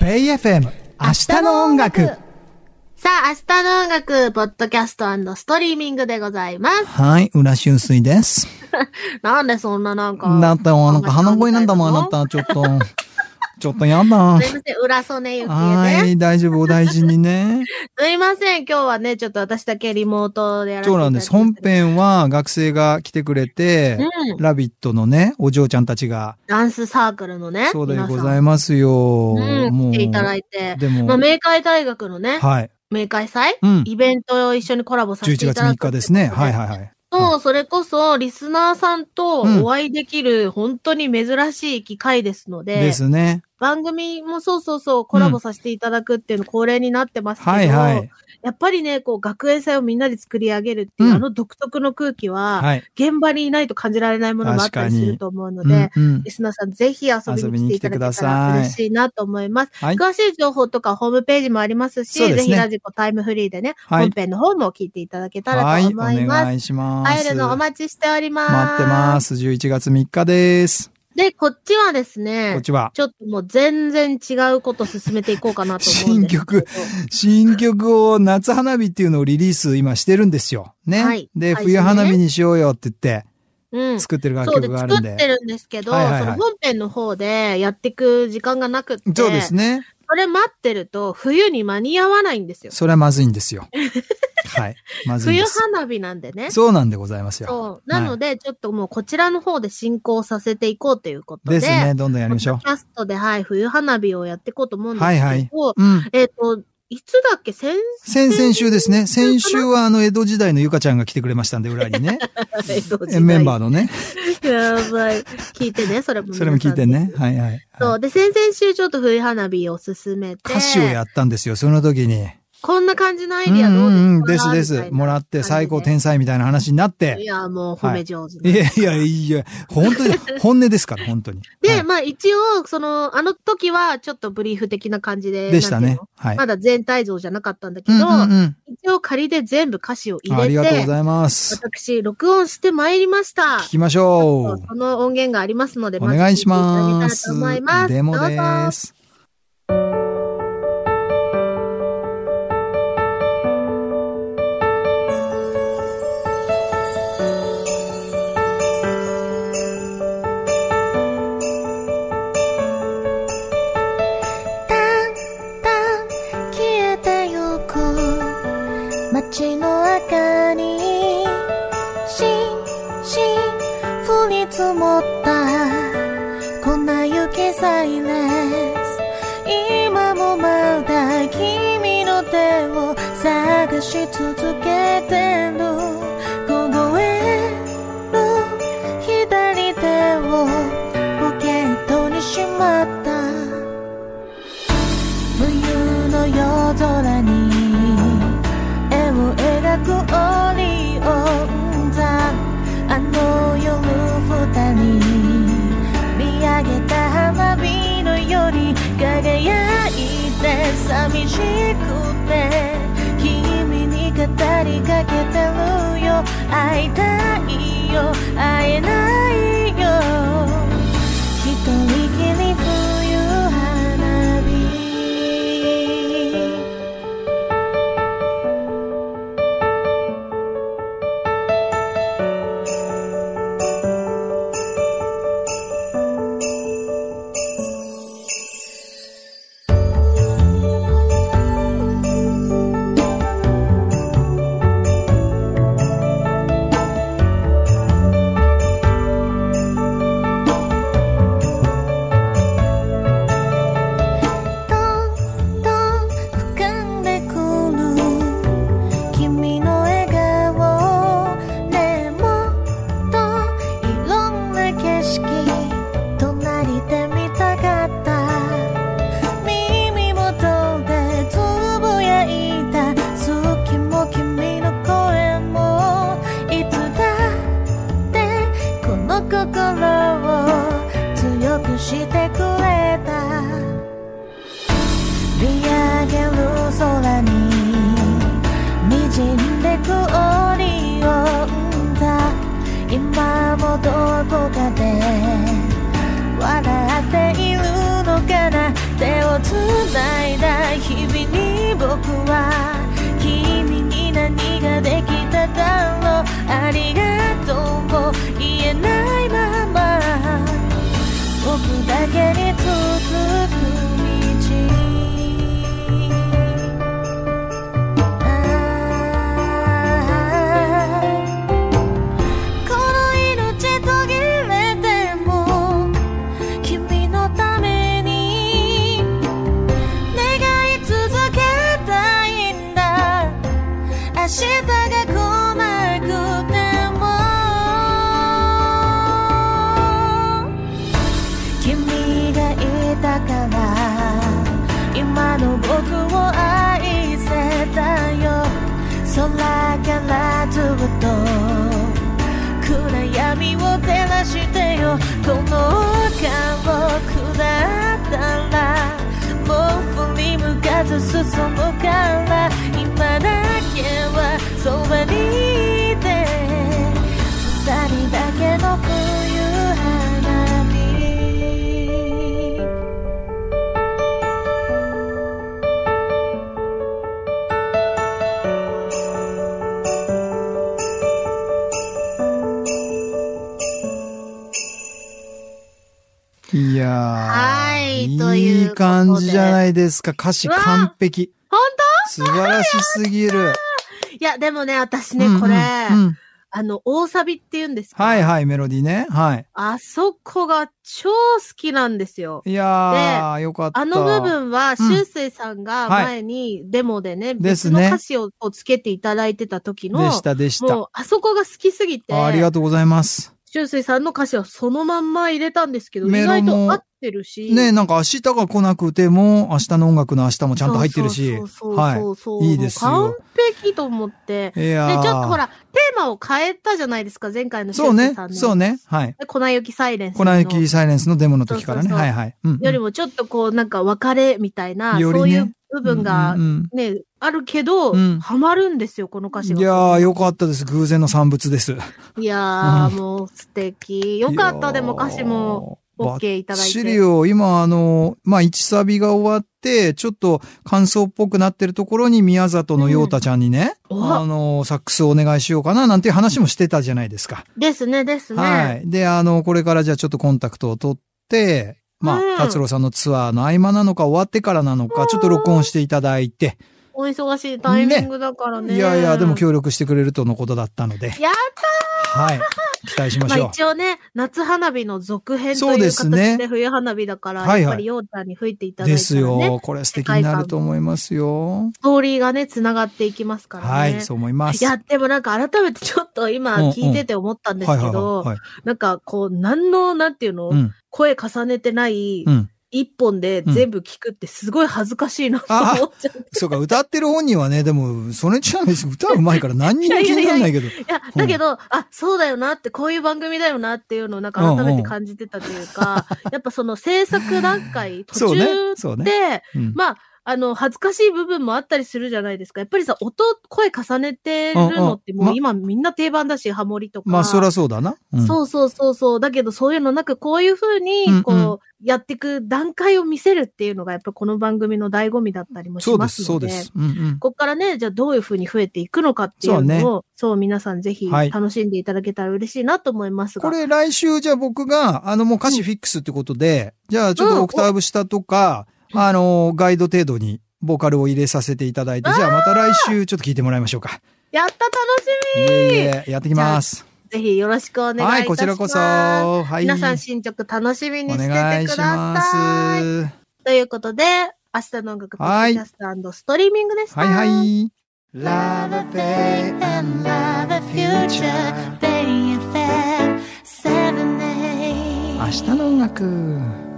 AFM 明日の音楽さあ、明日の音楽、ポッドキャストストリーミングでございます。はい、浦修水です。なんでそんななんか。だって、なんか鼻声なんだもん、あなた。ちょっと、ちょっとや だす。いません、浦曽根ゆきはえです。い、大丈夫、お大事に ね。すいません、今日はね、ちょっと私だけリモートでやらせてそいうただないんてです。本編は学生が来てくれて、うん。ラビットのね、お嬢ちゃんたちが、ダンスサークルのね。そうでごいざいますよ。うん、来ていただいいて。でまあ、も、明海大学のね、はい。明海祭うん。イベントを一緒にコラボさせ11てい月た3だく日ってこと。ですね。はいはいはい。そう、それこそ、リスナーさんとお会いできる、本当に珍しい機会ですので、ですね。番組もそうそうそう、コラボさせていただくっていうの恒例になってますけど、はいはい。やっぱりね、こう、学園祭をみんなで作り上げるっていう、うんあの独特の空気は、はい。現場にいないと感じられないものもあったりすると思うのうで、んうんリ。スナーさんぜひ遊びに来ていただけたら嬉しいなと思います。はい。詳しい情報とかホームページもありますし、そうですぜねひラジコタイムフリーでね、はい本編の方も聞いていただけたらはとい、思いおます。願いします。会えるのお待ちしております。。待ってますす。11月3日です。で、こっちはですこねっ、ちは、ちょっともう全然違うこと進めていこうかなと思うんですけど。新曲新曲を夏花火っていうのをリリース今してるんですよ。ね。はいで、配信ね冬花火にしようよって言ってうん。作ってる楽そうで曲がある作んっで。てるんですけど、はいはいはいその本編の方でやっていく時間がなくって、そうですね。それ待ってると冬に間に合わないんですよ。それはまずいんですよ。はい。まずいん冬です。花火なんでね。そうなんでございますよ。そう。なので、ちょっともうこちらの方で進行させていこうということで。ですね。どんどんやりましょうポッドキャストで、はい、冬花火をやっていこうと思うんですけど、はいはい。うん。えっ、と、いつだっけ先先々週ですね。先週はあの、江戸時代のゆかちゃんが来てくれましたんで、裏にね。生えメンバーー。のね。 やばい。聞いてね、それも皆さん。それも聞いてね。はいはい。そう。で、先々週ちょっと冬花火を進めて、歌詞をやったんですよ、その時に。こんな感じのアイディアどうですか、んんんですでみすた。いなもらって最高天才みたいな話になっいて。や、もう褒め上手いな、やいやいや、本 当に、本音ですから、本当に。で、はいまあ一応、その、あの時はちょっとブリーフ的な感じで。でしたなんねていう。はいの。まだ全体像じゃなかったんだけうど、んうん一応仮で全部歌詞をうん。入ありがれとうごて、ざいます。私、録音してまいりました。聞きましょう。その音源がありますので、お願いしま。ず聞いていただけたらと思いますす。デモでどうぞ。す。だんだん消えてゆく街の明かりしんしん降り積もったこんな雪サイレンス今もまだ君の手を探し続けてる凍える左手をポケットにしまった冬の夜空に絵を描くオリオン座あの夜二人見上げた花火のより輝いて寂しくて君に語りかけてるよ会いたいよ会えないよ一人きり冬花火どんどん浮かんでくる君の笑顔ねえもっといろんな景色隣で見たかった耳元でつぶやいた好きも君の声もいつだってこの心を強くしてくれた見上げる空に滲んでくオリオンだ今もどこかで笑っているのかな手をつなありがとうを言えないまま僕だけに続く道ああこの命途切れても君のために願い続けたいんだ明日が来なくても君がいたから今の僕を愛せたよ空からずっと暗闇を照らしてよこの丘を下ったらもう振り向かず進むから今だけはそばにいて二人だけの冬花火いやー。はいということで感じじゃないですか。歌詞うわー完璧。本素晴らしすぎる。当いや、でもね、私ねうんう、んこれ、うんあの、大サビって言うんですかはいはい、メロディーね。はい。あそこが超好きなんですよ。いやー、よかった。あの部分は、うん修正さんがはい前にデモでね、です別ねの歌詞ををつけていただいてた時の、でした、でしもた。う、あそこが好きすぎて、あありがとうございます。修正さんの歌詞はそのまんま入れたんですけど、意メロも外と合ってるし。ねえ、なんか明日が来なくても、明日の音楽の明日もちゃんと入ってるし。そうそうそうそうそうはいいいですよもう完璧と思って。いで、やちょーっとほら、テーマを変えたじゃないですか、前回のそうねさん、の。そうね。はい。で粉雪サイレンス粉の。雪サイレンスのデモの時からね。そうそはうそういはい。うんうん。よりもちょっとこう、なんか別れみたいな、よりねそういう部分がうんうんね、あるけど、うんハマるんですよ、このう歌詞んが。いやー、よかったです。偶然の産物です。いうやーもう素敵。よかっいやーた、でも歌詞も。OK いただいて資料、今あの、まあ、1サビが終わって、ちょっと感想っぽくなってるところに宮里の陽太ちゃんにね、おあの、サックスお願いしようかななんていう話もしてたじゃないですか。ですね、ですね。はい。で、あの、これからじゃあちょっとコンタクトを取って、まうんあ、達郎さんのツアーの合間なのか終わってからなのか、ちょっと録音していただいて、お忙しいタイミングだからね。いやいや、でも協力してくれるとのことだったので、やっはい。期待しまましあょう。一応ね、夏花火の続編とそういでうす形ねで冬花火だから、はいはいやっぱりようちゃんに吹いていただいでたすらね、よ。これ素敵になると思いますよ。ストーリーがね、繋がっていきますからね。はい、そう思います。いや、でもなんか改めてちょっと今うんうん聞いてて思ったんですけど、はいはいはいはいなんかこう、何の、なんていうの、うん。声重ねてないうん。一本で全部聞くってすごい恥ずかしいなと思っちゃう。そうか、歌ってる本人はね、でも、それにちなみに歌うまいから何にも気にならないけど。いや、だけど、あ、そうだよなって、こういう番組だよなっていうのをなんか改めて感じてたというか、 やっぱその制作段階途 そうね中、そうで、ね。うんまあ、あの、恥ずかしい部分もあったりするじゃないですか。やっぱりさ、音、声重ねてるのってうんうんもう今みんな定番だし、ハモリとか。まあ、そらそうだな。うんそうそうそうそう。だけど、そういうのなく、こういうふううんうにん、こう、やっていく段階を見せるっていうのが、やっぱこの番組の醍醐味だったりもしそうで、ますすそのうで。です。うんうん。ここからね、じゃあどういうふうに増えていくのかっていうそのを、そう、皆さんぜひはい楽しんでいただけたら嬉しいなと思いますこが。れ来週じゃあ僕が、あのもう歌詞フィックスってことで、じゃあちょっとオクターブ下とか、あの、ガイド程度にボーカルを入れさせていただいて、じゃあまた来週ちょっと聞いてもらいましょうか。やった楽しいえいえ、やってきます。みぜひよろしくお願いいたします。はい、こちらこそ。はい。皆さん進捗楽しみにおしてて願いくしだまさい。す。ということで、明日の音楽ポッドキャストストリーミングでした。はいはい。 Love a day and love a future Bay FM 7 8明日の音楽。